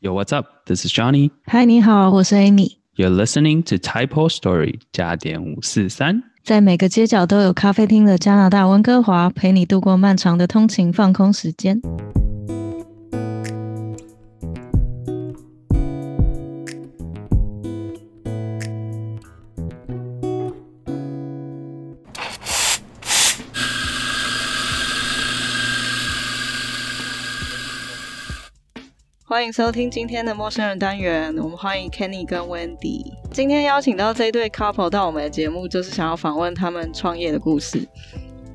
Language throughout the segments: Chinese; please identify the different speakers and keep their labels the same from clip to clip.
Speaker 1: Yo, what's up? This is Johnny.
Speaker 2: 嗨，你好，我是 Amy。
Speaker 1: You're listening to Typo Story 加点五四三。
Speaker 2: 在每个街角都有咖啡厅的加拿大温哥华，陪你度过漫长的通勤放空时间。欢迎收听今天的陌生人单元，我们欢迎 Kenny 跟 Wendy。今天邀请到这一对 couple 到我们的节目，就是想要访问他们创业的故事。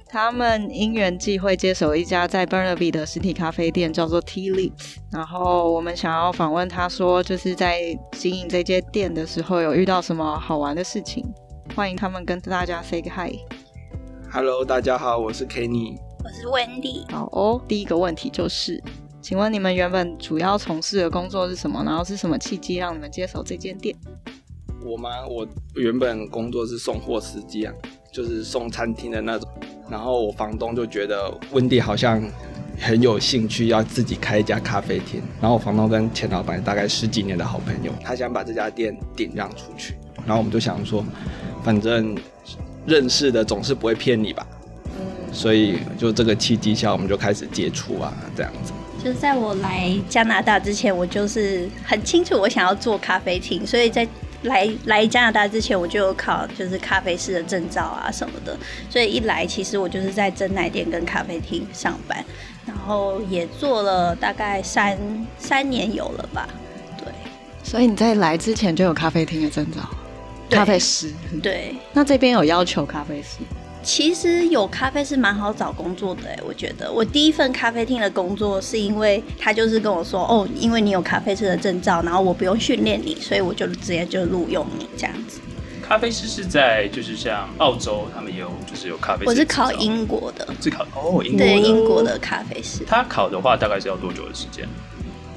Speaker 2: 他们因缘际会接手一家在 Burnaby 的实体咖啡店，叫做 Tea Leaves。然后我们想要访问他说，就是在经营这间店的时候，有遇到什么好玩的事情？欢迎他们跟大家 say 个 hi。
Speaker 3: Hello，大家好，我是 Kenny。
Speaker 4: 我是 Wendy，
Speaker 2: 好哦，第一个问题就是，请问你们原本主要从事的工作是什么？然后是什么契机让你们接手这间店？
Speaker 3: 我妈，我原本工作是送货司机啊，就是送餐厅的那种。然后我房东就觉得温迪好像很有兴趣，要自己开一家咖啡厅。然后我房东跟前老板大概十几年的好朋友，他想把这家店顶让出去。然后我们就想说，反正认识的总是不会骗你吧，所以就这个契机下，我们就开始接触啊，这样子。
Speaker 4: 就是在我来加拿大之前，我就是很清楚我想要做咖啡厅，所以在来来加拿大之前，我就有考就是咖啡师的证照啊什么的，所以一来其实我就是在真奶店跟咖啡厅上班，然后也做了大概三三年有了吧，对
Speaker 2: 所以你在来之前就有咖啡厅的证照，
Speaker 4: 对
Speaker 2: 咖啡师。
Speaker 4: 对，
Speaker 2: 那这边有要求咖啡师？
Speaker 4: 其实有咖啡是蛮好找工作的哎，我觉得我第一份咖啡厅的工作是因为他就是跟我说哦，因为你有咖啡师的证照，然后我不用训练你，所以我就直接就录用你这样子。
Speaker 5: 咖啡师是在就是像澳洲，他们也有就是有咖啡师。
Speaker 4: 我是考，英国的，
Speaker 5: 是考哦英国
Speaker 4: 对
Speaker 5: 的
Speaker 4: 英国。的咖啡师，
Speaker 5: 他考的话大概是要多久的时间？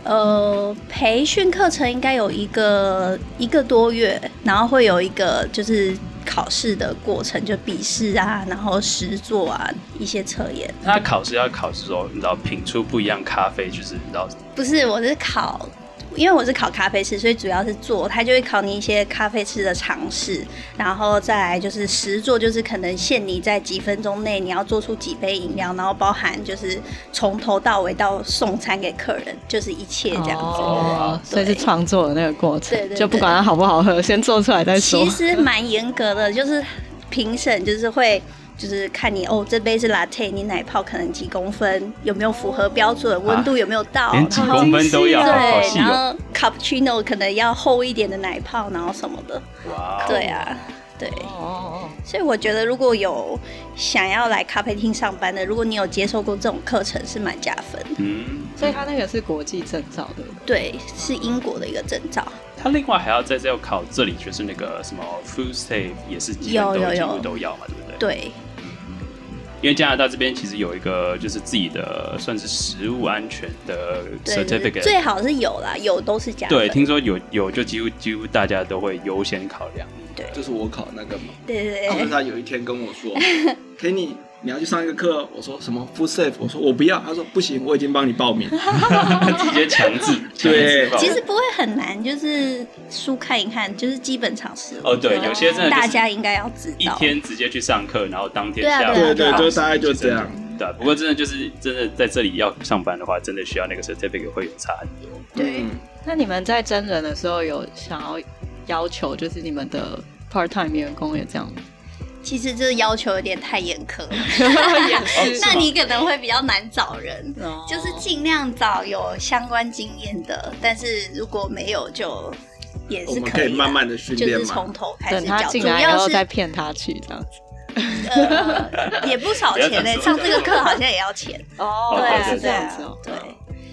Speaker 4: 呃，培训课程应该有一个一个多月，然后会有一个就是考试的过程，就笔试啊，然后实作啊一些测验。
Speaker 5: 他考试要考试说，你知道品出不一样咖啡，就是你知道
Speaker 4: 不是，我是考，因为我是考咖啡师，所以主要是做，他就会考你一些咖啡师的常识，然后再来就是实做，就是可能限你在几分钟内你要做出几杯饮料，然后包含就是从头到尾到送餐给客人，就是一切这样子。
Speaker 2: 哦，所以是
Speaker 4: 对
Speaker 2: 创作的那个过程，
Speaker 4: 对对
Speaker 2: 就不管它好不好喝，先做出来再说
Speaker 4: 其。实蛮严格的，就是评审就是会。就是看你哦，这杯是 latte，你奶泡可能几公分，有没有符合标准，温度有没有到，
Speaker 5: 啊连几
Speaker 4: 然后
Speaker 5: 公分都要，好好
Speaker 4: 对，
Speaker 5: 细
Speaker 4: 然
Speaker 5: 哦。
Speaker 4: 后 cappuccino 可能要厚一点的奶泡，然后什么的。
Speaker 5: 哇哦，
Speaker 4: 对啊，对。
Speaker 2: 哦，
Speaker 4: 所以我觉得，如果有想要来咖啡厅上班的，如果你有接受过这种课程，是蛮加分的。
Speaker 5: 嗯，
Speaker 2: 所以它那个是国际证照的。
Speaker 4: 对，是英国的一个证照，
Speaker 5: 他另外还要再再要考这里就是那个什么 food safe，也是基本
Speaker 4: 有
Speaker 5: 都
Speaker 4: 有
Speaker 5: 几乎
Speaker 4: 有
Speaker 5: 都要嘛，对不对？
Speaker 4: 对，
Speaker 5: 因为加拿大这边其实有一个就是自己的算是食物安全的
Speaker 4: 对对对
Speaker 5: certificate，
Speaker 4: 最好是有啦，有都是加分。
Speaker 5: 对，听说有有就几乎几乎大家都会优先考 量。
Speaker 3: 就是我考那个嘛。
Speaker 4: 对对
Speaker 3: 然后
Speaker 4: 对
Speaker 3: 他有一天跟我说：“Kenny，你要去上一个课哦。”我说：“什么 Food Safe？” 我说：“我不要。”他说：“不行，我已经帮你报名。
Speaker 5: 直接强 制。
Speaker 3: 对
Speaker 5: 强制
Speaker 4: 其实不会很难，就是书看一看，就是基本常识。
Speaker 5: 哦，对，有些真的
Speaker 4: 大
Speaker 5: 就是
Speaker 4: 家应该要知
Speaker 5: 一
Speaker 4: 道。
Speaker 5: 天直接去上课，然后当天
Speaker 4: 对啊
Speaker 5: 下午
Speaker 4: 对啊
Speaker 3: 对对
Speaker 4: 对啊
Speaker 3: 就大概就这样。
Speaker 5: 对啊，不过真的就是真的在这里要上班的话，真的需要那个 certificate 会有差很多。
Speaker 4: 对
Speaker 3: 嗯
Speaker 2: 那你们在真人的时候有想要要求，就是你们的 part time 员工也这 样吗？
Speaker 4: 其实这要求有点太严苛了，
Speaker 2: 也是
Speaker 4: 那你可能会比较难找人。
Speaker 2: 哦
Speaker 4: 就是尽量找有相关经验的，但是如果没有就也
Speaker 3: 我
Speaker 4: 是
Speaker 3: 们
Speaker 4: 以
Speaker 3: 可
Speaker 4: 的
Speaker 3: 以慢慢的训
Speaker 4: 就
Speaker 3: 练
Speaker 4: 是
Speaker 3: 嘛
Speaker 4: 从。头开
Speaker 2: 等
Speaker 4: 始
Speaker 2: 他
Speaker 4: 教，
Speaker 2: 进
Speaker 4: 主
Speaker 2: 来然
Speaker 4: 要
Speaker 2: 后
Speaker 4: 是
Speaker 2: 再骗他去这样子。
Speaker 4: 呃也不少钱呢、
Speaker 5: 不要讲
Speaker 4: 上这个课好像也要钱，
Speaker 2: 哦
Speaker 5: 对
Speaker 2: 是
Speaker 5: 对
Speaker 2: 这样子哦。
Speaker 4: 啊对啊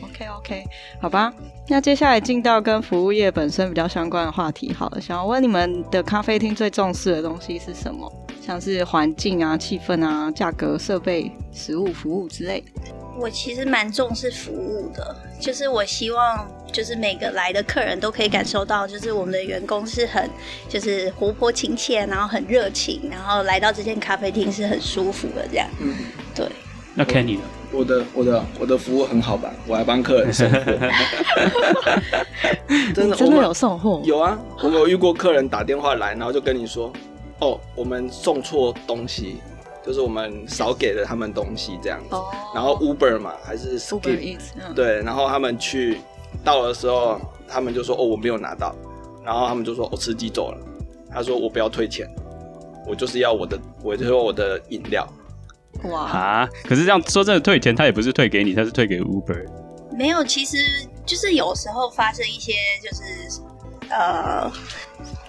Speaker 2: OK OK，好吧，那接下来进到跟服务业本身比较相关的话题，好了，想要问你们的咖啡厅最重视的东西是什么？像是环境啊、气氛啊、价格、设备、食物、服务之类的。
Speaker 4: 我其实蛮重视服务的，就是我希望就是每个来的客人都可以感受到，就是我们的员工是很就是活泼亲切，然后很热情，然后来到这间咖啡厅是很舒服的这样。
Speaker 3: 嗯，
Speaker 4: 对，
Speaker 5: 那 Kenny 呢？
Speaker 3: 我的我的我的服务很好吧？我还帮客人送货， 真
Speaker 2: 你
Speaker 3: 的
Speaker 2: 真的
Speaker 3: 我们
Speaker 2: 有送货？
Speaker 3: 有啊，我们有遇过客人打电话来，然后就跟你说，哦，我们送错东西，就是我们少给了他们东西这样子。
Speaker 2: 哦，
Speaker 3: 然后 Uber 嘛，还是
Speaker 2: Uber
Speaker 3: Skip，
Speaker 2: Eats，嗯，
Speaker 3: 对，然后他们去到的时候，他们就说哦我没有拿到，然后他们就说哦司机走了，他说我不要退钱，我就是要我的， 我就是要我的饮料。
Speaker 2: 哇，
Speaker 5: 啊！可是这样说真的，退钱他也不是退给你，他是退给 Uber。
Speaker 4: 没有，其实就是有时候发生一些就是呃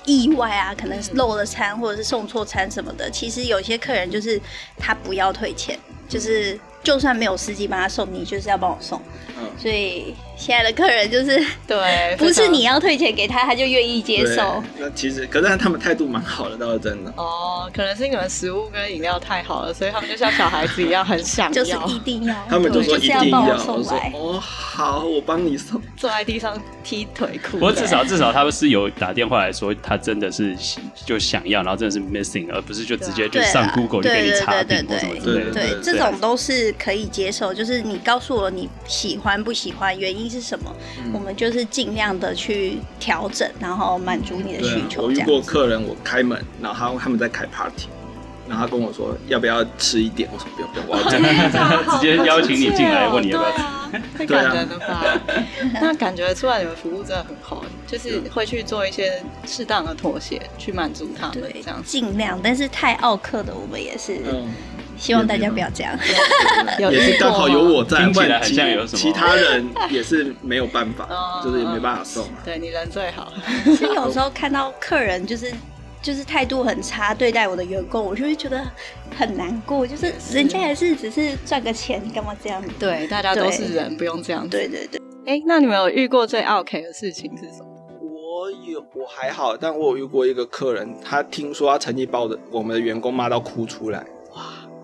Speaker 4: 意外啊，可能漏了餐或者是送错餐什么的。其实有些客人就是他不要退钱，就是就算没有司机帮他送，你就是要帮我送。
Speaker 3: 嗯
Speaker 4: 所以现在的客人就是
Speaker 2: 对，
Speaker 4: 不
Speaker 2: 非
Speaker 4: 是
Speaker 2: 常
Speaker 4: 你要退钱给他，他就愿意接受。
Speaker 3: 对那其实，可是他们态度蛮好的，倒是真的。
Speaker 2: 哦，可能是你们食物跟饮料太好了，所以他们就像小孩子一样很想要，
Speaker 4: 就是一定要，
Speaker 3: 他们就说
Speaker 4: 对
Speaker 3: 一
Speaker 4: 是要
Speaker 3: 定
Speaker 4: 帮
Speaker 3: 要，
Speaker 4: 送
Speaker 3: 我说
Speaker 4: 来。
Speaker 3: 哦好，我帮你送。
Speaker 2: 坐在地上踢腿裤。
Speaker 5: 不过至少至少他们是有打电话来说，他真的是就想要，然后真的是 missing，而不是就直接就
Speaker 4: 对啊
Speaker 5: 上 Google 就
Speaker 4: 对
Speaker 5: 给你
Speaker 4: 对
Speaker 5: 查
Speaker 4: 对
Speaker 5: 病或什么
Speaker 4: 对
Speaker 5: 之类的。
Speaker 3: 对
Speaker 4: 对，这种都是可以接受。就是你告诉我你喜欢不喜欢，原因是什么，我们就是尽量的去调整，然后满足你的
Speaker 3: 对
Speaker 4: 需
Speaker 3: 啊，
Speaker 4: 求。
Speaker 3: 我
Speaker 4: 这
Speaker 3: 遇
Speaker 4: 样
Speaker 3: 过
Speaker 4: 子。
Speaker 3: 客人，我开门，然后他他们在开 party，然后他跟我说要不要吃一点，我说不要不要，我要这样。
Speaker 5: 直接邀请你进来问你要不要吃
Speaker 2: 吃，太感人了吧？啊 那感觉出来你们服务真的很好，就是会去做一些适当的妥协，去满足他们
Speaker 4: 对
Speaker 2: 这样，子。
Speaker 4: 尽量，但是太傲客的我们也是，
Speaker 3: 嗯，
Speaker 4: 希望大家不要这样。
Speaker 2: 有
Speaker 3: 也
Speaker 2: 遇
Speaker 3: 是
Speaker 2: 过
Speaker 3: 刚好
Speaker 2: 吗
Speaker 3: 有我在，
Speaker 5: 听起来
Speaker 3: 不然其
Speaker 5: 很像有什么
Speaker 3: 其他人也是没有办
Speaker 2: 哦
Speaker 3: 法，就是也没办法送啊。
Speaker 2: 对你人最好，
Speaker 4: 所以有时候看到客人就是就是态度很差对待我的员工，我就会觉得很难过。就是人家也是只是赚个钱，干嘛这样？
Speaker 2: 对，大家都
Speaker 4: 对
Speaker 2: 是人，不用这样子。
Speaker 4: 对对对，
Speaker 2: 哎，那你们有遇过最 OK 的事情是什么？
Speaker 3: 我有我还好，但我有遇过一个客人，他听说他曾经把我的我们的员工骂到哭出来。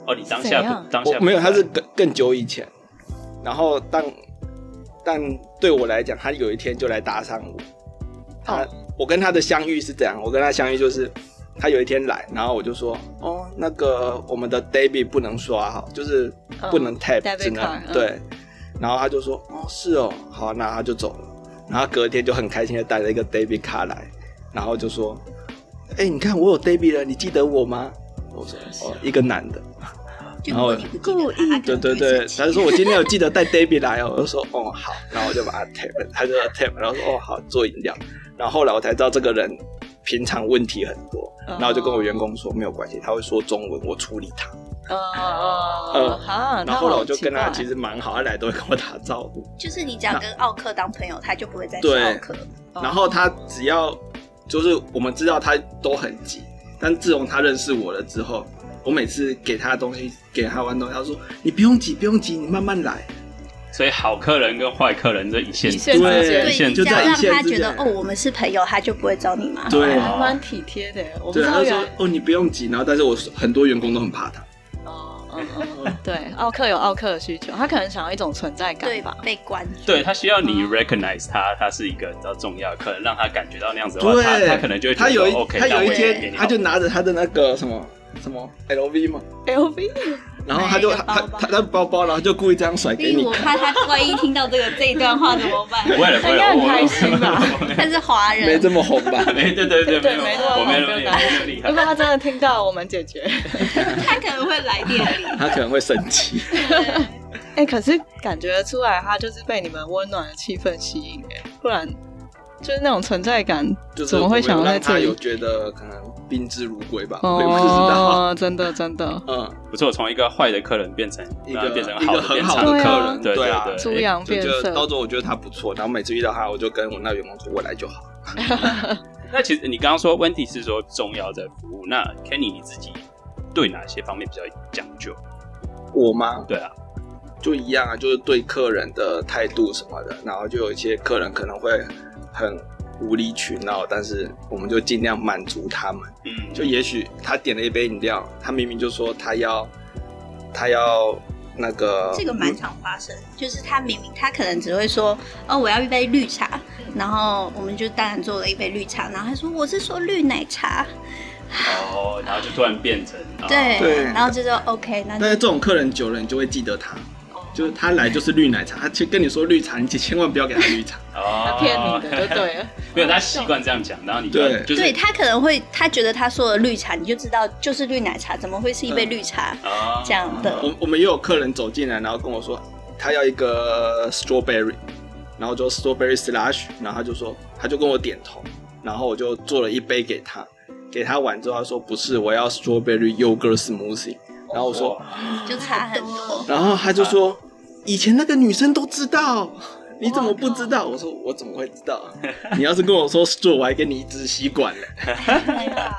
Speaker 5: 哦，你当
Speaker 2: 怎
Speaker 5: 下
Speaker 2: 样
Speaker 5: 当
Speaker 3: 我
Speaker 5: 下
Speaker 3: 没有，他是更更久以前。然后但但对我来讲，他有一天就来搭讪我。他、
Speaker 2: 哦
Speaker 3: 我跟他的相遇是怎样？我跟他相遇就是他有一天来，然后我就说哦，那个我们的 David 不能刷哈，就是不能
Speaker 2: 嗯
Speaker 3: tap，、
Speaker 2: debit
Speaker 3: 只能
Speaker 2: card，嗯
Speaker 3: 对。然后他就说哦是哦，好，那他就走了。然后隔天就很开心的带了一个 David 卡来，然后就说：“哎、你看我有 David 了，你记得我吗？”我说：“哦，一个男的。”
Speaker 4: 就
Speaker 3: 然后
Speaker 4: 如果你不记得他，他
Speaker 3: 对
Speaker 4: 可能
Speaker 3: 对
Speaker 4: 会
Speaker 3: 对
Speaker 4: 生，气
Speaker 3: 他就说我今天有记得带 David 来哦，我就说哦好，然后我就把他 tap，他就说 tap，然后说哦好做饮料，然后后来我才知道这个人平常问题很多，
Speaker 4: 哦
Speaker 3: 然后我就跟我员工说没有关系，他会说中文，我处理他。
Speaker 2: 呃呃，
Speaker 3: 呃
Speaker 2: 哈，
Speaker 3: 然后后来我就跟他其
Speaker 2: 实
Speaker 3: 实蛮好，他来都会跟我打招呼，
Speaker 4: 就是你只要跟奥克当朋友，他就不会再是
Speaker 3: 对
Speaker 4: 奥克。
Speaker 3: 然后他只要就是我们知道他都很急，但自从他认识我了之后，我每次给他的东西，给他玩东西，他说你不用急，不用急，你慢慢来。
Speaker 5: 所以好客人跟坏客人这一线
Speaker 2: 一线
Speaker 5: 之
Speaker 2: 之间
Speaker 5: 一线
Speaker 4: 你只
Speaker 3: 就
Speaker 4: 要
Speaker 3: 在
Speaker 4: 让
Speaker 3: 一线
Speaker 4: 他
Speaker 3: 之
Speaker 4: 觉得
Speaker 3: 间
Speaker 4: 哦，我们是朋友，他就不会找你麻烦。
Speaker 3: 对
Speaker 2: 还蛮体贴的，我不
Speaker 3: 对，
Speaker 2: 知
Speaker 3: 他
Speaker 2: 道
Speaker 3: 就
Speaker 2: 原
Speaker 3: 说
Speaker 2: 来
Speaker 3: 哦，你不用急，然后但是我很多员工都很怕他，
Speaker 2: 哦，嗯嗯 嗯，对，奥克有奥克的需求，他可能想要一种存在感
Speaker 4: 对
Speaker 2: 吧。
Speaker 4: 被关注。
Speaker 5: 对他需要你
Speaker 2: 嗯
Speaker 5: recognize 他，他是一个比较重要的客人，让他感觉到那样子的话，他他可能就会觉
Speaker 3: 他
Speaker 5: 得
Speaker 3: 有
Speaker 5: 说
Speaker 3: 一
Speaker 5: OK，
Speaker 3: 他有
Speaker 5: 那
Speaker 3: 一
Speaker 5: 我也给
Speaker 3: 天
Speaker 5: 你
Speaker 3: 他就拿着他的那个什么什么 LV 嘛，
Speaker 2: L V，
Speaker 3: 然后他就
Speaker 4: 买一个
Speaker 3: 他他他
Speaker 4: 包包
Speaker 3: 他包包，然后就故意这样甩给
Speaker 4: 因为
Speaker 3: 你
Speaker 4: 我
Speaker 3: 看，
Speaker 4: 怕他万一听到这个这一段话怎么办？
Speaker 5: 不会了，不会
Speaker 2: 应该
Speaker 5: 了，
Speaker 2: 很
Speaker 5: 我
Speaker 2: 开 心吧？
Speaker 4: 他是华人，
Speaker 3: 没这么红吧？
Speaker 5: 没对对对，
Speaker 2: 对
Speaker 5: 有
Speaker 2: 没那么
Speaker 5: 我没有
Speaker 2: 好
Speaker 5: 没有
Speaker 2: 不要
Speaker 5: 没有厉
Speaker 2: 如果
Speaker 5: 害。
Speaker 2: 他真的听到，我们解决。
Speaker 4: 他可能会来店里。
Speaker 3: 他可能会生 气，
Speaker 2: 哎、可是感觉出来，他就是被你们温暖的气氛吸引，哎，不然就是那种存在感，
Speaker 3: 就是
Speaker 2: 怎么会想要在
Speaker 3: 让
Speaker 2: 这
Speaker 3: 他有
Speaker 2: 里？
Speaker 3: 觉得可能宾至如归吧，我也不知道。
Speaker 2: 哦， 真的真 的，
Speaker 3: 嗯，
Speaker 5: 不错，从一个坏的客人变成呃
Speaker 3: 一个
Speaker 5: 变成
Speaker 3: 一
Speaker 5: 好
Speaker 3: 个
Speaker 5: 的
Speaker 3: 很
Speaker 5: 变成
Speaker 3: 好
Speaker 5: 好
Speaker 3: 的
Speaker 5: 的
Speaker 3: 客人，
Speaker 5: 对
Speaker 3: 对啊，
Speaker 5: 对
Speaker 2: 猪羊
Speaker 3: 就
Speaker 2: 变
Speaker 3: 就
Speaker 2: 色
Speaker 3: 到时候我觉得他不错，然后每次遇到他，我就跟我那员工说我来就好。
Speaker 5: 那其实你刚刚说 Wendy 是说重要在服务，那 Kenny 你自己对哪些方面比较讲究？
Speaker 3: 我吗？
Speaker 5: 对啊，
Speaker 3: 就一样啊，就是对客人的态度什么的，然后就有一些客人可能会很无理取闹，但是我们就尽量满足他们。
Speaker 5: 嗯，
Speaker 3: 就也许他点了一杯饮料，他明明就说他要他要那个
Speaker 4: 这个蛮常发生，就是他明明他可能只会说哦，我要一杯绿茶，然后我们就当然做了一杯绿茶，然后他说我是说绿奶茶，
Speaker 5: 哦，然后就突然变成，哦
Speaker 4: 对，
Speaker 3: 啊对
Speaker 4: 然后就说 OK，那哦
Speaker 3: 但是这种客人久了，你就会记得他，就是他来就是绿奶茶，他去跟你说绿茶，你千万不要给他绿茶。
Speaker 5: 哦
Speaker 2: 他骗你的就对了。
Speaker 5: 没有，他习惯这样讲，然后你就
Speaker 3: 对
Speaker 5: 就是
Speaker 4: 对他可能会，他觉得他说的绿茶，你就知道就是绿奶茶，怎么会是一杯绿茶、
Speaker 5: 啊
Speaker 4: 这样的？
Speaker 3: 我我们也有客人走进来，然后跟我说他要一个 strawberry，然后就 strawberry slush，然后他就说他就跟我点头，然后我就做了一杯给他，给他完之后他说不是，我要 strawberry yogurt smoothie，然后我说，
Speaker 4: 就差很多。
Speaker 3: 然后他就说以前那个女生都知道。你怎么不知道？我说我怎么会知道？你要是跟我说做，我还给你一支吸管嘞。
Speaker 4: 啊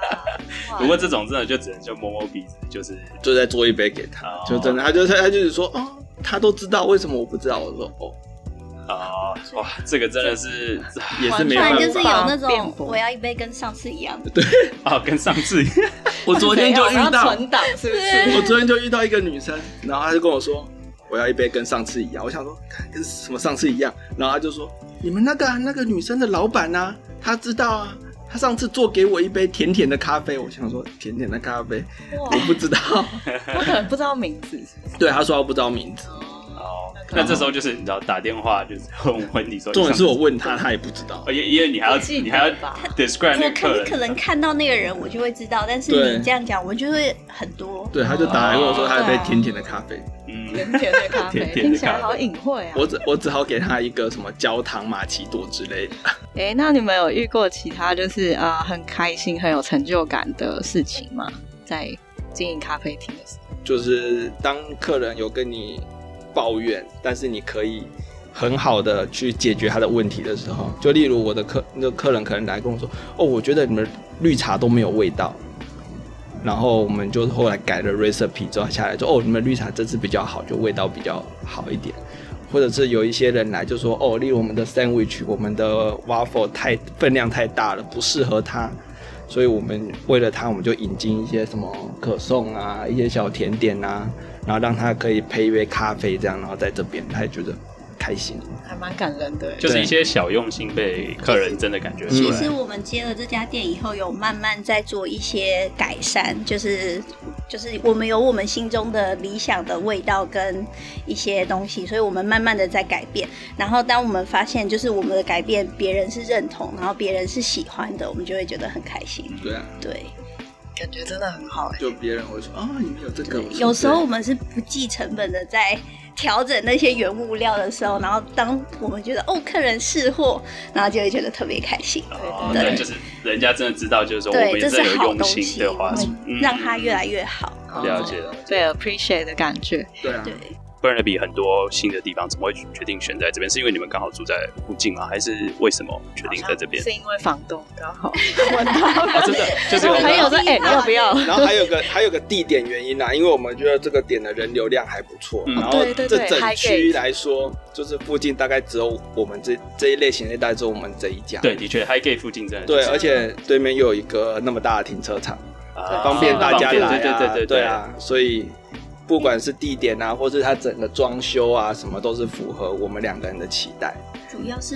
Speaker 5: 不过这种真的就只能就摸摸鼻子，就是
Speaker 3: 就再做一杯给他，
Speaker 5: 哦
Speaker 3: 就真的，他就他他就是说，哦，他都知道，为什么我不知道？我说，哦，
Speaker 5: 啊哇，这个真的是
Speaker 3: 也是
Speaker 2: 完
Speaker 3: 没
Speaker 4: 突
Speaker 2: 全
Speaker 3: 办法。
Speaker 4: 然就是有那
Speaker 2: 辩
Speaker 4: 种，
Speaker 2: 驳
Speaker 4: 我要一杯跟上次一样的，
Speaker 5: 啊，跟上次一样，
Speaker 3: 我 昨天就遇
Speaker 2: 然后
Speaker 3: 到，
Speaker 2: 存档是不 是？
Speaker 3: 我昨天就遇到一个女生，然后她就跟我说，我要一杯跟上次一样。我想说，干跟什么上次一样？然后她就说，你们那个、啊、那个女生的老板啊，她知道啊，她上次做给我一杯甜甜的咖啡。我想说，甜甜的咖啡，我不知道。
Speaker 2: 我可能不知道名字，
Speaker 3: 对，她说她不知道名字。
Speaker 5: 哦，那这时候就是你知道打电话就是问问你说，
Speaker 3: 重点是我问她，她也不知道。
Speaker 5: 哦，因因为你还要
Speaker 2: 不记得
Speaker 5: 你还要
Speaker 2: 吧
Speaker 5: describe 那个
Speaker 4: 我啊可
Speaker 5: 客
Speaker 4: 你可
Speaker 5: 人，
Speaker 4: 能看到那个人，我就会知道，但是
Speaker 3: 对
Speaker 4: 你这样讲，我就会很多。
Speaker 3: 对，她就打来跟我说，她要一杯甜甜的咖啡。
Speaker 5: 嗯，
Speaker 2: 甜甜的咖啡
Speaker 5: 甜甜的咖，啡
Speaker 2: 听起来好隐晦啊。
Speaker 3: 我只我只好给他一个什么焦糖玛奇朵之类的。
Speaker 2: 哎，那你们有遇过其他就是啊、呃很开心、很有成就感的事情吗？在经营咖啡厅的时候，
Speaker 3: 就是当客人有跟你抱怨，但是你可以很好的去解决他的问题的时候，就例如我的客那个客人可能来跟我说：“哦，我觉得你们绿茶都没有味道。”然后我们就后来改了 recipe 之后下来说：“哦，你们绿茶这次比较好，就味道比较好一点。”或者是有一些人来就说：“哦，例如我们的 sandwich、我们的 waffle 太分量太大了，不适合他。”所以我们为了它，我们就引进一些什么可颂啊，一些小甜点啊，然后让他可以配一杯咖啡这样，然后在这边他也觉得开心。
Speaker 2: 还蛮感人的。欸
Speaker 5: 就是一些小用心被客人真的感觉出
Speaker 4: 其
Speaker 5: 来
Speaker 3: 嗯
Speaker 4: 实我们接了这家店以后，有慢慢在做一些改善，就是就是我们有我们心中的理想的味道跟一些东西，所以我们慢慢的在改变。然后当我们发现就是我们的改变，别人是认同，然后别人是喜欢的，我们就会觉得很开心。
Speaker 3: 对啊，
Speaker 4: 对，
Speaker 2: 感觉真的很好哎、
Speaker 3: 就别人会说啊、你们有这个。我说哦
Speaker 4: 有时候我们是不计成本的在调整那些原物料的时候，然后当我们觉得哦客人试货，然后就会觉得特别开心。
Speaker 5: 哦，
Speaker 4: 对
Speaker 5: 对，就是人家真的知道，就是说我
Speaker 4: 对，
Speaker 5: 们
Speaker 4: 这
Speaker 5: 真
Speaker 4: 是
Speaker 5: 的有
Speaker 4: 好
Speaker 5: 用
Speaker 4: 东
Speaker 5: 心
Speaker 4: 西，
Speaker 5: 的
Speaker 4: 我
Speaker 5: 话，嗯
Speaker 4: 们让它越来越好。
Speaker 5: 嗯了解了。
Speaker 2: 被 appreciate 的感觉。
Speaker 3: 啊对啊
Speaker 4: 对，
Speaker 5: Burnaby 很多新的地方，怎么会决定选在这边？是因为你们刚好住在附近吗？还是为什么决定在这边
Speaker 2: 是？因为房东 刚好，
Speaker 5: 哦，真的就是
Speaker 2: 我
Speaker 5: 我
Speaker 2: 朋
Speaker 5: 们
Speaker 2: 友说：“哎、要不要？”
Speaker 3: 然后还有个还有个地点原因啊啦，因为我们觉得这个点的人流量还不错，
Speaker 5: 嗯
Speaker 3: 然后
Speaker 2: 对对
Speaker 3: 这
Speaker 2: 对
Speaker 3: 整
Speaker 2: 还
Speaker 3: 区
Speaker 2: 给
Speaker 3: 来说，就是附近大概只有我们这这一类型的，大概只有我们这一家。
Speaker 5: 对，的确 Highgate 附近真的
Speaker 3: 对，
Speaker 5: 是
Speaker 3: 而且对面又有一个那么大的停车场。
Speaker 5: 啊
Speaker 3: 方便大家来、啊，
Speaker 5: 对对对对
Speaker 3: 对，啊，所以不管是地点啊，或是它整个装修啊，什么都是符合我们两个人的期待。
Speaker 4: 主要是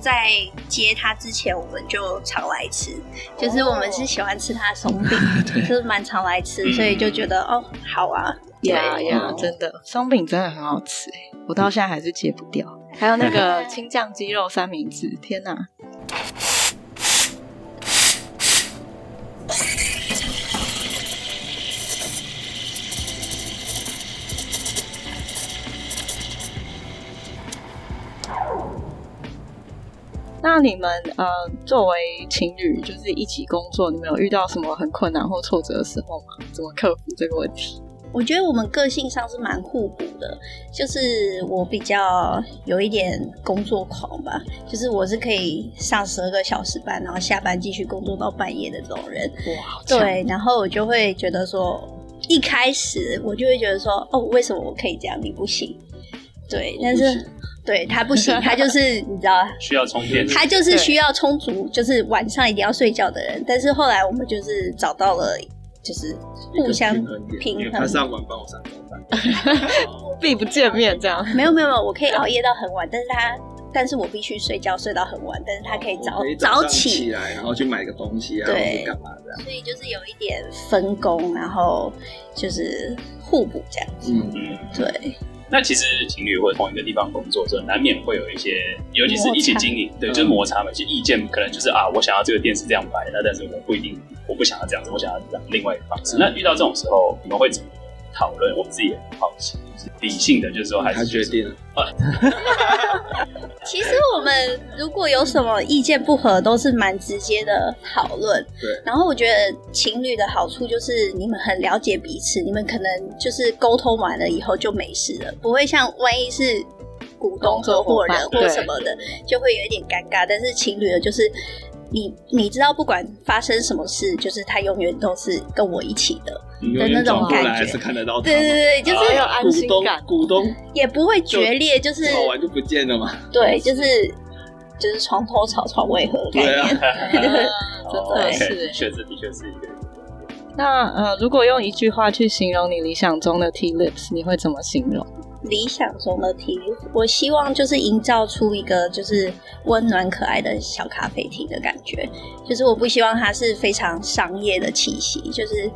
Speaker 4: 在接它之前，我们就常来吃，就是我们是喜欢吃它的松饼，就是蛮常来吃，
Speaker 5: 嗯
Speaker 4: 所以就觉得哦好啊。
Speaker 2: 呀呀，
Speaker 3: 哦
Speaker 2: 真的，松饼真的很好吃哎、我到现在还是戒不掉。还有那 个青酱鸡肉三明治，天哪！那你们呃，作为情侣，就是一起工作，你们有遇到什么很困难或挫折的时候吗？怎么克服这个问题？
Speaker 4: 我觉得我们个性上是蛮互补的，就是我比较有一点工作狂吧，就是我是可以上十二个小时班，然后下班继续工作到半夜的这种人。
Speaker 2: 哇，好强
Speaker 4: 对，然后我就会觉得说，一开始我就会觉得说，哦，为什么我可以这样，你不行？对，但
Speaker 3: 不
Speaker 4: 是
Speaker 3: 行
Speaker 4: 对他 不行，他就是你知道，
Speaker 5: 需要充电。
Speaker 4: 他就是需要充足，就是晚上一定要睡觉的人。但是后来我们就是找到了，就是互相
Speaker 3: 一个平衡点
Speaker 4: 平
Speaker 3: 他
Speaker 4: 衡。
Speaker 3: 上晚班，我上早班，
Speaker 2: 必不见面这样。
Speaker 4: 没有没有没有，我可以熬夜到很晚，但是他，但是我必须睡觉睡到很晚，但是他可以早
Speaker 3: 我可以
Speaker 4: 早
Speaker 3: 上
Speaker 4: 起，
Speaker 3: 起来，然后去买个东西啊，或
Speaker 4: 对
Speaker 3: 是干嘛的、啊。
Speaker 4: 所以就是有一点分工，然后就是互补这样。
Speaker 3: 嗯，
Speaker 5: 嗯，
Speaker 4: 对，
Speaker 5: 那其实情侣或同一个地方工作的时候，难免会有一些，尤其是一起
Speaker 4: 摩擦
Speaker 5: 经营，对，
Speaker 3: 嗯
Speaker 5: 就是摩擦嘛，就意见可能就是啊，我想要这个店是这样摆，那但是我不一定，我不想要这样子，我想要这样另外一个方式。那遇到这种时候，你们会怎么讨论？我自己也很好奇，就是理性的，就是说还
Speaker 3: 他
Speaker 5: 是
Speaker 3: 决定了，
Speaker 4: 其实我们如果有什么意见不合，都是蛮直接的讨论。
Speaker 3: 对。
Speaker 4: 然后我觉得情侣的好处就是你们很了解彼此，你们可能就是沟通完了以后就没事了，不会像万一是股东、合伙人
Speaker 2: 合伙伴
Speaker 4: 或什么的，就会有一点尴尬。但是情侣的就是。你你知道，不管发生什么事，就是他永远都是跟我一起的，
Speaker 3: 你
Speaker 4: 的那
Speaker 3: 转
Speaker 4: 种
Speaker 3: 过来
Speaker 4: 感觉
Speaker 3: 还是看得到他
Speaker 4: 对
Speaker 3: 吗。
Speaker 4: 对对，就
Speaker 3: 啊
Speaker 2: 很
Speaker 4: 是
Speaker 2: 有安心感
Speaker 3: 股东，
Speaker 4: 也不会决裂，就是
Speaker 3: 股东炒完就不见了嘛。
Speaker 4: 对，就是就是床头吵，床尾和的概
Speaker 3: 对
Speaker 4: 念。
Speaker 3: 啊，
Speaker 2: 真的
Speaker 5: 哦，OK，
Speaker 2: 是
Speaker 5: 的确这的确是一个。
Speaker 2: 那呃，如果用一句话去形容你理想中的 T lips，你会怎么形容？
Speaker 4: 理想中的体育，我希望就是营造出一个就是温暖可爱的小咖啡厅的感觉，就是我不希望它是非常商业的气息，就是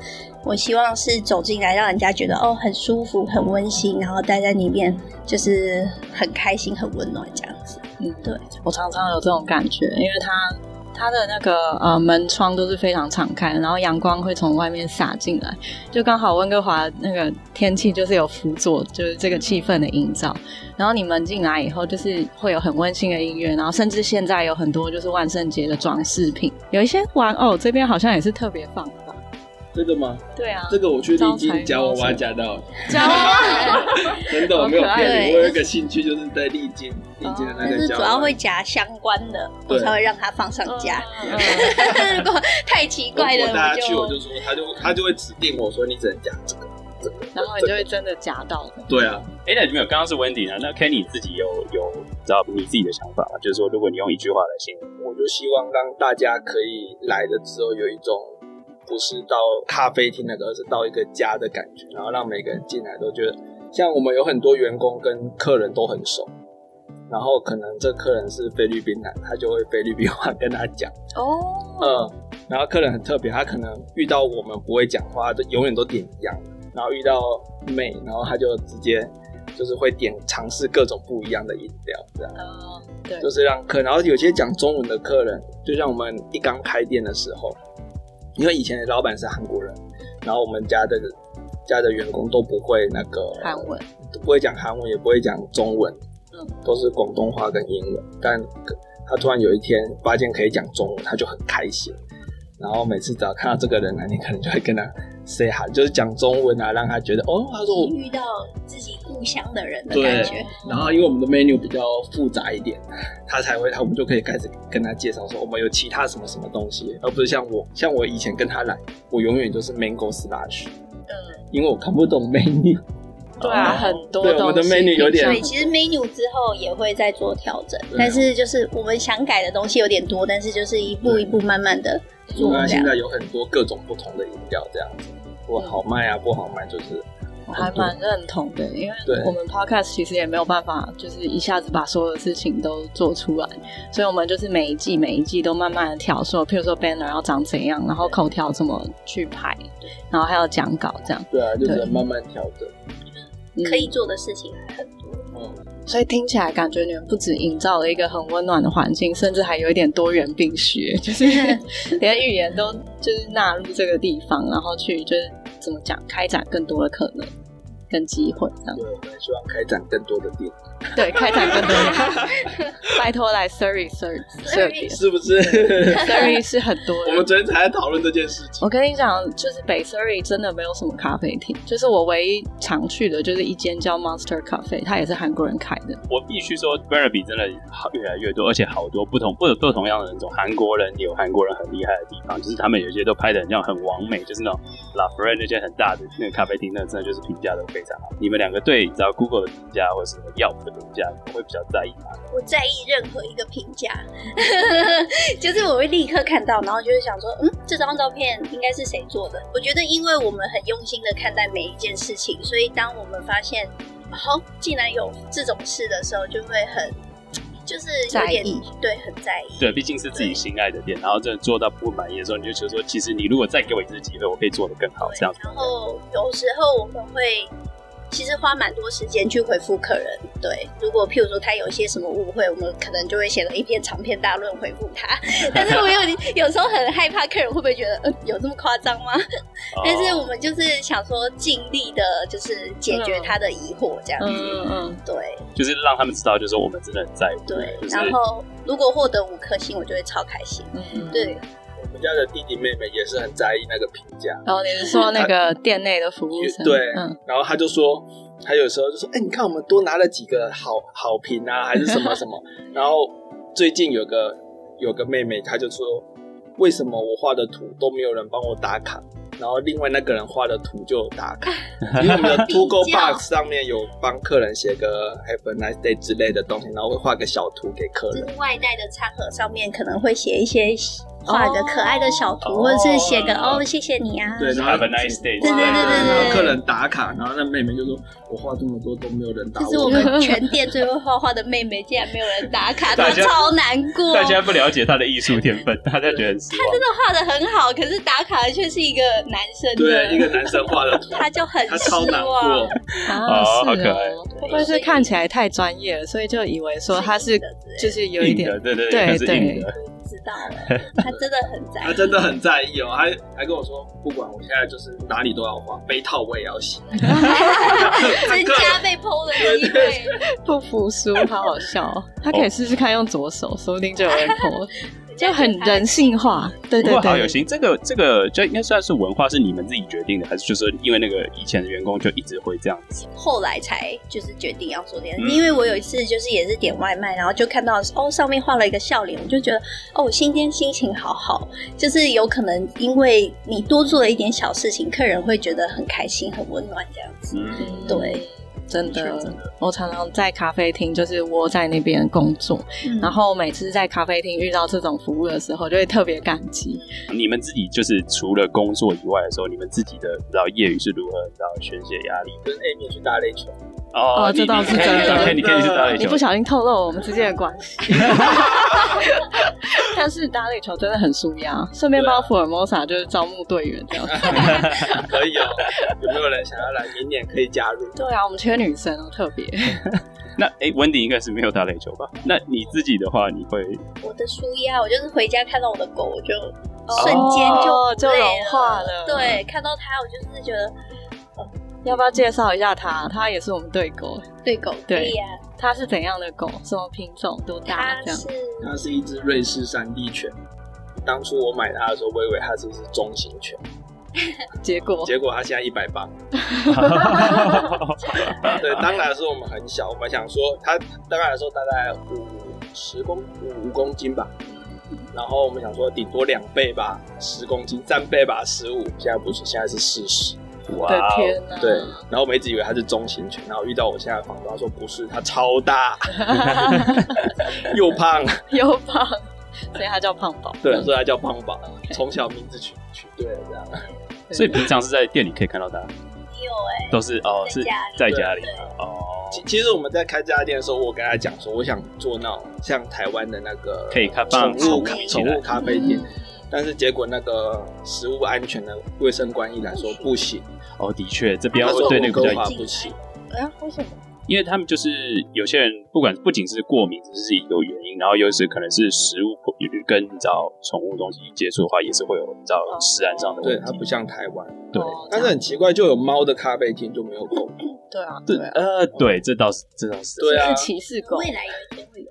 Speaker 4: 我希望是走进来让人家觉得哦很舒服、很温馨，然后待在里面就是很开心、很温暖这样子。
Speaker 2: 嗯，
Speaker 4: 对，
Speaker 2: 我常常有这种感觉，因为它它的那个呃门窗都是非常敞开，然后阳光会从外面洒进来，就刚好温哥华那个天气就是有辅佐，就是这个气氛的营造。然后你们进来以后，就是会有很温馨的音乐，然后甚至现在有很多就是万圣节的装饰品，有一些玩偶这边好像也是特别放的吧？
Speaker 3: 真的吗？
Speaker 2: 对 啊，
Speaker 3: 这个我去
Speaker 2: 招
Speaker 3: 丽
Speaker 2: 财
Speaker 3: 晶夹娃
Speaker 2: 猫
Speaker 3: 娃
Speaker 2: 是
Speaker 3: 夹到，
Speaker 2: 交换
Speaker 3: 真的我没有
Speaker 2: 好可爱
Speaker 3: 骗你，
Speaker 4: 对
Speaker 3: 我有一个兴趣就是在丽晶丽晶的那
Speaker 4: 但
Speaker 3: 个
Speaker 4: 是
Speaker 3: 夹
Speaker 4: 主
Speaker 3: 娃娃
Speaker 4: 要会夹相关的，我
Speaker 3: 对
Speaker 4: 才会让它放上架。
Speaker 2: 嗯嗯嗯
Speaker 4: 如果太奇怪
Speaker 3: 如
Speaker 4: 了，
Speaker 3: 果大
Speaker 4: 我
Speaker 3: 家去，我
Speaker 4: 就
Speaker 3: 就说他就他就会指定我说你只能夹这个。
Speaker 2: 然后你就会真的夹到的。
Speaker 3: 对啊，
Speaker 5: 哎，那你们有刚刚是 Wendy 啊？那 Kenny 自己有有你知道你自己的想法吗？就是说，如果你用一句话来形容，
Speaker 3: 我就希望让大家可以来了之后有一种不是到咖啡厅那个，而是到一个家的感觉，然后让每个人进来都觉得，像我们有很多员工跟客人都很熟，然后可能这客人是菲律宾男，他就会菲律宾话跟他讲，
Speaker 2: 哦，
Speaker 3: 嗯，然后客人很特别，他可能遇到我们不会讲话，就永远都点一样的，然后遇到美，然后他就直接就是会点尝试各种不一样的饮料，这样。
Speaker 2: 哦对，
Speaker 3: 就是让客，然后有些讲中文的客人，就像我们一刚开店的时候，因为以前的老板是韩国人，然后我们家的家的员工都不会那个
Speaker 2: 韩文，
Speaker 3: 不会讲韩文，也不会讲中文，
Speaker 2: 嗯
Speaker 3: 都是广东话跟英文。但可他突然有一天发现可以讲中文，他就很开心。然后每次只要看到这个人啊呢、你可能就会跟他 say hi，就是讲中文啊，让他觉得哦，他说我
Speaker 4: 遇到自己故乡的人的
Speaker 3: 对哦
Speaker 4: 感觉。
Speaker 3: 然后因为我们的 menu 比较复杂一点，他才会，他我们就可以开始跟他介绍说我们有其他什么什么东西，而不是像我，像我以前跟他来，我永远就是 mango slash，
Speaker 2: 嗯，
Speaker 3: 因为我看不懂 menu。
Speaker 2: 对啊，
Speaker 3: 哦
Speaker 2: 很多
Speaker 3: 对我们的
Speaker 2: 东西
Speaker 3: menu 有点
Speaker 4: 所以其实 menu 之后也会再做调整，
Speaker 3: 对啊
Speaker 4: 但是就是我们想改的东西有点多，但是就是一步一步慢慢的做
Speaker 3: 那
Speaker 4: 这
Speaker 3: 啊现
Speaker 4: 样。
Speaker 3: 在有很多各种不同的饮料这样子，不好卖啊，不好卖就是
Speaker 2: 我还蛮认同的，因为
Speaker 3: 对
Speaker 2: 我们 podcast 其实也没有办法，就是一下子把所有的事情都做出来，所以我们就是每一季每一季都慢慢的调说，譬如说 banner 要长怎样，然后口条怎么去排，然后还有讲稿这样，
Speaker 3: 对啊，就只
Speaker 2: 对
Speaker 3: 能慢慢调整。
Speaker 2: 嗯
Speaker 4: 可以。做的事情还很多，
Speaker 3: 嗯
Speaker 2: 所以听起来感觉你们不止营造了一个很温暖的环境，甚至还有一点多元并学，就是 连语言都就是纳入这个地方，然后去就是怎么讲，开展更多的可能跟机会这样。
Speaker 3: 对，我们希望开展更多的店，
Speaker 2: 对，开展更多人， 拜托来 Surrey Surrey Surrey
Speaker 3: 是不是？
Speaker 2: Surrey 是很多
Speaker 3: 我们
Speaker 2: 人。
Speaker 3: 昨天才在讨论这件事情。
Speaker 2: 我跟你讲，就是北 Surrey 真的没有什么咖啡厅，就是我唯一常去的就是一间叫 Monster Cafe，它也是韩国人开的。
Speaker 5: 我必须说 b e r b y 真的好越来越多，而且好多不同不不同样的人种，韩国人也有韩国人很厉害的地方，就是他们有些都拍的很像很完美，就是那种 La f r e n 那些很大的那个咖啡厅，那真的就是评价都非常好。你们两个对你知道 Google 的评价或者是 Yelp 的评价会比较在意吗？
Speaker 4: 我在意任何一个评价， 就是我会立刻看到，然后就会想说，嗯，这张照片应该是谁做的？我觉得，因为我们很用心的看待每一件事情，所以当我们发现，哦，竟然有这种事的时候，就会很，就是有
Speaker 2: 在
Speaker 4: 点
Speaker 2: 意
Speaker 4: 对，很在意。
Speaker 5: 对，毕竟是自己心爱的店，然后真的做到不满意的时候，你就觉得说，其实你如果再给我一次机会，我可以做得更好，这样子。
Speaker 4: 然后有时候我们会其实花蛮多时间去回复客人。对，如果譬如说他有一些什么误会，我们可能就会写了一篇长篇大论回复他。但是我有有时候很害怕客人会不会觉得，嗯，有这么夸张吗？
Speaker 5: 哦
Speaker 4: 但是我们就是想说尽力的，就是解决他的疑惑这样子。
Speaker 2: 嗯嗯
Speaker 4: 对
Speaker 5: 就是让他们知道，就是我们真的很在乎。
Speaker 4: 对，
Speaker 5: 就是
Speaker 4: 然后如果获得五颗星，我就会超开心。
Speaker 2: 嗯嗯，
Speaker 4: 对，
Speaker 3: 我们家的弟弟妹妹也是很在意那个评价，
Speaker 2: 然后你是说那个店内的服务生？
Speaker 3: 对
Speaker 2: 嗯，
Speaker 3: 然后他就说，他有时候就说，哎、你看我们多拿了几个好好评啊，还是什么什 么。然后最近有个有个妹妹，她就说，为什么我画的图都没有人帮我打卡，然后另外那个人画的图就有打 卡，因为我们的 Google
Speaker 4: 比较
Speaker 3: Box 上面有帮客人写个 Have a nice day 之类的东西，然后会画个小图给客
Speaker 4: 就
Speaker 3: 人。
Speaker 4: 是外带的餐盒上面可能会写一些画个可爱的小图，
Speaker 5: 哦
Speaker 4: 或者是写个哦谢谢你啊。
Speaker 3: 对，然后
Speaker 5: Have a nice day
Speaker 4: 对对对对对
Speaker 3: 然后客人打卡，然后那妹妹就说：“我画这么多都没有人打
Speaker 4: 这是我们全店最会画画的妹妹，竟然没有人打卡，她
Speaker 5: 大家
Speaker 4: 超难过。
Speaker 5: 大家不了解他的艺术天分，大家觉得很失望。
Speaker 4: 真的画的很好，可是打卡的却是一个男生
Speaker 3: 对一个
Speaker 4: 的，
Speaker 3: 男生画的图，
Speaker 4: 他就很
Speaker 3: 他
Speaker 4: 失
Speaker 3: 超难
Speaker 4: 望
Speaker 3: 过。。
Speaker 2: 啊，
Speaker 5: 哦
Speaker 2: 是
Speaker 5: 好可爱
Speaker 2: 哦，会不会是看起来太专业了，所以就以为说他是
Speaker 4: 硬的之类的
Speaker 2: 就是有一
Speaker 5: 硬
Speaker 2: 点
Speaker 5: 的，对对
Speaker 2: 对
Speaker 5: 他是硬的，
Speaker 4: 知道了，他真的很在
Speaker 3: 他
Speaker 4: 意。
Speaker 3: 真的很在意哦，还还跟我说，不管我现在就是哪里都要画，杯套我也要 洗。
Speaker 4: 增加被剖的机会，
Speaker 2: 不服输，好好笑 哦。他可以试试看用左手，说不定就有人投， 就很人性化。对
Speaker 5: 不
Speaker 2: 对
Speaker 5: 过好有
Speaker 2: 对，
Speaker 5: 心，这个这个就应该算是文化，是你们自己决定的，还是就是因为那个以前的员工就一直会这样子？
Speaker 4: 后来才就是决定要做这件事，
Speaker 5: 嗯
Speaker 4: 因为我有一次就是也是点外卖，然后就看到哦上面画了一个笑脸，我就觉得哦我今天心情好好，就是有可能因为你多做了一点小事情，客人会觉得很开心、很温暖这样子。
Speaker 5: 嗯，
Speaker 4: 对，
Speaker 2: 真
Speaker 5: 的确
Speaker 2: 的
Speaker 5: 真，
Speaker 2: 我常常在咖啡厅就是窝在那边工作，然后每次在咖啡厅遇到这种服务的时候，就会特别感激。
Speaker 5: 你们自己就是除了工作以外的时候，你们自己的你知道业余是如何你知道宣泄压力？
Speaker 3: 跟 Amy 去打垒球，
Speaker 5: 哦
Speaker 2: 哦这倒是真的
Speaker 5: 你可以你可以你可以去打垒
Speaker 2: 你
Speaker 5: 球
Speaker 2: 不，小心透露了我们之间的关 系，但是打垒球真的很舒压，顺便帮福尔摩萨就是招募队员这样。
Speaker 5: 啊
Speaker 3: 可以哦。有没有人想要来？明年可以加入。
Speaker 2: 对啊，我们缺女生哦，特别。
Speaker 5: 那哎，温迪应该是没有打垒球吧？那你自己的话，你 会
Speaker 4: 我的舒压，我就是回家看到我的狗，我就瞬间就、
Speaker 2: 哦就融化了。，
Speaker 4: 对看到它，我就是觉得
Speaker 2: 要不要介绍一下它？它也是我们对狗，
Speaker 4: 对狗
Speaker 2: 对
Speaker 4: 对呀、
Speaker 2: 它是怎样的狗？什么品种？多大？
Speaker 4: 它
Speaker 2: 这样嗯
Speaker 4: 是
Speaker 3: 它是一只瑞士山地犬。当初我买它的时候，我以为它是一只中型犬，
Speaker 2: 结果
Speaker 3: 结果它现在一百八。 对，当然是我们很小，我们想说它当然说大概五十公五五公斤吧，然后我们想说顶多两倍吧，十公斤，三倍吧，十五。现在不是，现在是四十。
Speaker 5: 哇
Speaker 2: 的
Speaker 5: 哦
Speaker 2: 天哪！
Speaker 3: 对，然后我们一直以为它是中型犬，然后遇到我现在的房东他说不是，它超大，又胖，
Speaker 2: 又胖，所以它叫胖宝。
Speaker 3: 对，所以它叫胖宝，从小名字取取对了这样。
Speaker 2: 对
Speaker 5: 所以平常是在店里可以看到它，
Speaker 4: 你有哎、
Speaker 5: 都是哦
Speaker 4: 在
Speaker 5: 是
Speaker 4: 家里
Speaker 5: 在家里
Speaker 4: 对
Speaker 5: 哦。
Speaker 3: 其其实我们在开这家店的时候，我跟他讲说，我想做那种像台湾的那个
Speaker 5: 可以开放
Speaker 3: 宠
Speaker 5: 宠
Speaker 3: 物咖
Speaker 5: 物嗯
Speaker 3: 宠物咖啡店，但是结果那个食物安全的卫生官一来说不行，
Speaker 5: 哦，的确，这边
Speaker 3: 他
Speaker 5: 会
Speaker 3: 说
Speaker 5: 对那个
Speaker 3: 我
Speaker 5: 比
Speaker 3: 跟
Speaker 5: 较
Speaker 3: 我
Speaker 5: 严重，
Speaker 3: 爸不行。
Speaker 4: 啊为什么？
Speaker 5: 因为他们就是有些人不管不仅是过敏，只是有原因，然后有时可能是食物跟你知道宠物东西接触的话，也是会有你知道食安上的
Speaker 3: 对，
Speaker 5: 问
Speaker 3: 它
Speaker 5: 题。
Speaker 3: 不像台湾，
Speaker 5: 对
Speaker 2: 哦这
Speaker 3: 但
Speaker 2: 样
Speaker 3: 是很奇怪，就有猫的咖啡厅就没有狗。
Speaker 2: 对啊，
Speaker 5: 对
Speaker 2: 对啊，
Speaker 5: 呃，对，这倒是，这倒是，
Speaker 3: 对啊
Speaker 2: 是，歧视狗。
Speaker 4: 未来有一天会有。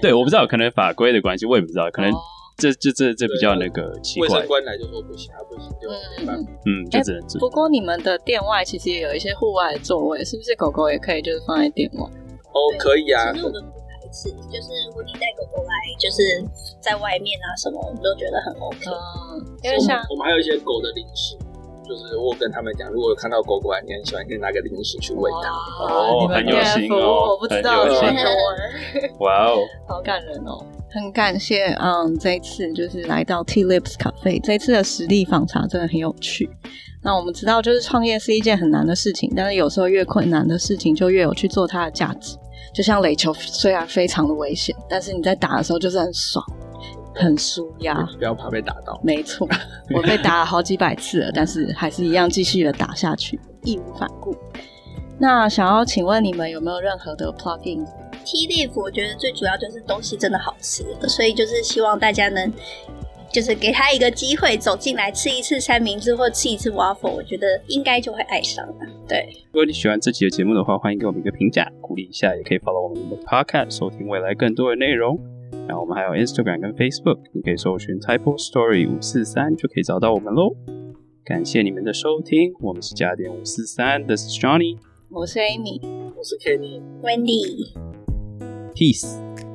Speaker 5: 对，我不知道，可能法规的关系，我也不知道，可能
Speaker 2: 哦
Speaker 5: 这这这这
Speaker 3: 对
Speaker 5: 比较那个奇
Speaker 3: 卫
Speaker 5: 怪
Speaker 3: 生，官来就说不行，它不行，就没办法。
Speaker 5: 嗯，就只能
Speaker 2: 不
Speaker 5: 做。
Speaker 2: 过你们的店外其实也有一些户外的座位，是不是狗狗也可以就是放在店外？
Speaker 3: 哦，可以啊
Speaker 4: 其，实我们不排斥，就是如果你带狗狗来，就是在外面啊什么，我们都觉得很 OK。
Speaker 2: 嗯，因
Speaker 3: 我
Speaker 2: 为
Speaker 3: 们
Speaker 2: 像
Speaker 3: 我们还有一些狗的零食，就是我有跟他们讲，如果有看到狗狗啊来，你很喜欢，可以拿个零食去喂它。
Speaker 5: 哦
Speaker 2: 啊哇
Speaker 5: 很
Speaker 2: 你们
Speaker 5: 有
Speaker 2: 店
Speaker 5: 心
Speaker 2: 服务
Speaker 5: 哦
Speaker 2: 我不知
Speaker 5: 很有
Speaker 2: 道这个
Speaker 5: 心哦哇
Speaker 2: 玩。
Speaker 5: 哦，
Speaker 2: 好感人哦！很感谢，嗯，这一次就是来到 T Lips Cafe，这一次的实地访查真的很有趣。那我们知道，就是创业是一件很难的事情，但是有时候越困难的事情就越有去做它的价值。就像垒球，虽然非常的危险，但是你在打的时候就是很爽，很舒压。
Speaker 3: 不要怕被打到。
Speaker 2: 没错，我被打了好几百次了，但是还是一样继续的打下去，义无反顾。那想要请问你们有没有任何的 plugin？
Speaker 4: Tea Leaf 我觉得最主要就是东西真的好吃，所以就是希望大家能就是给他一个机会走进来吃一次三明治或吃一次 waffle，我觉得应该就会爱上了。
Speaker 5: 如果你喜欢这期的节目的话，欢迎给我们一个评价，鼓励一下，也可以 follow 我们的 podcast，收听未来更多的内容。然后我们还有 Instagram 跟 Facebook，你可以搜寻 Typo Story 五四三就可以找到我们喽。感谢你们的收听，我们是加点五四三，This is Johnny，Peace。
Speaker 2: 我是 Amy。
Speaker 3: 我是 Kenny。
Speaker 4: Wendy。
Speaker 5: Peace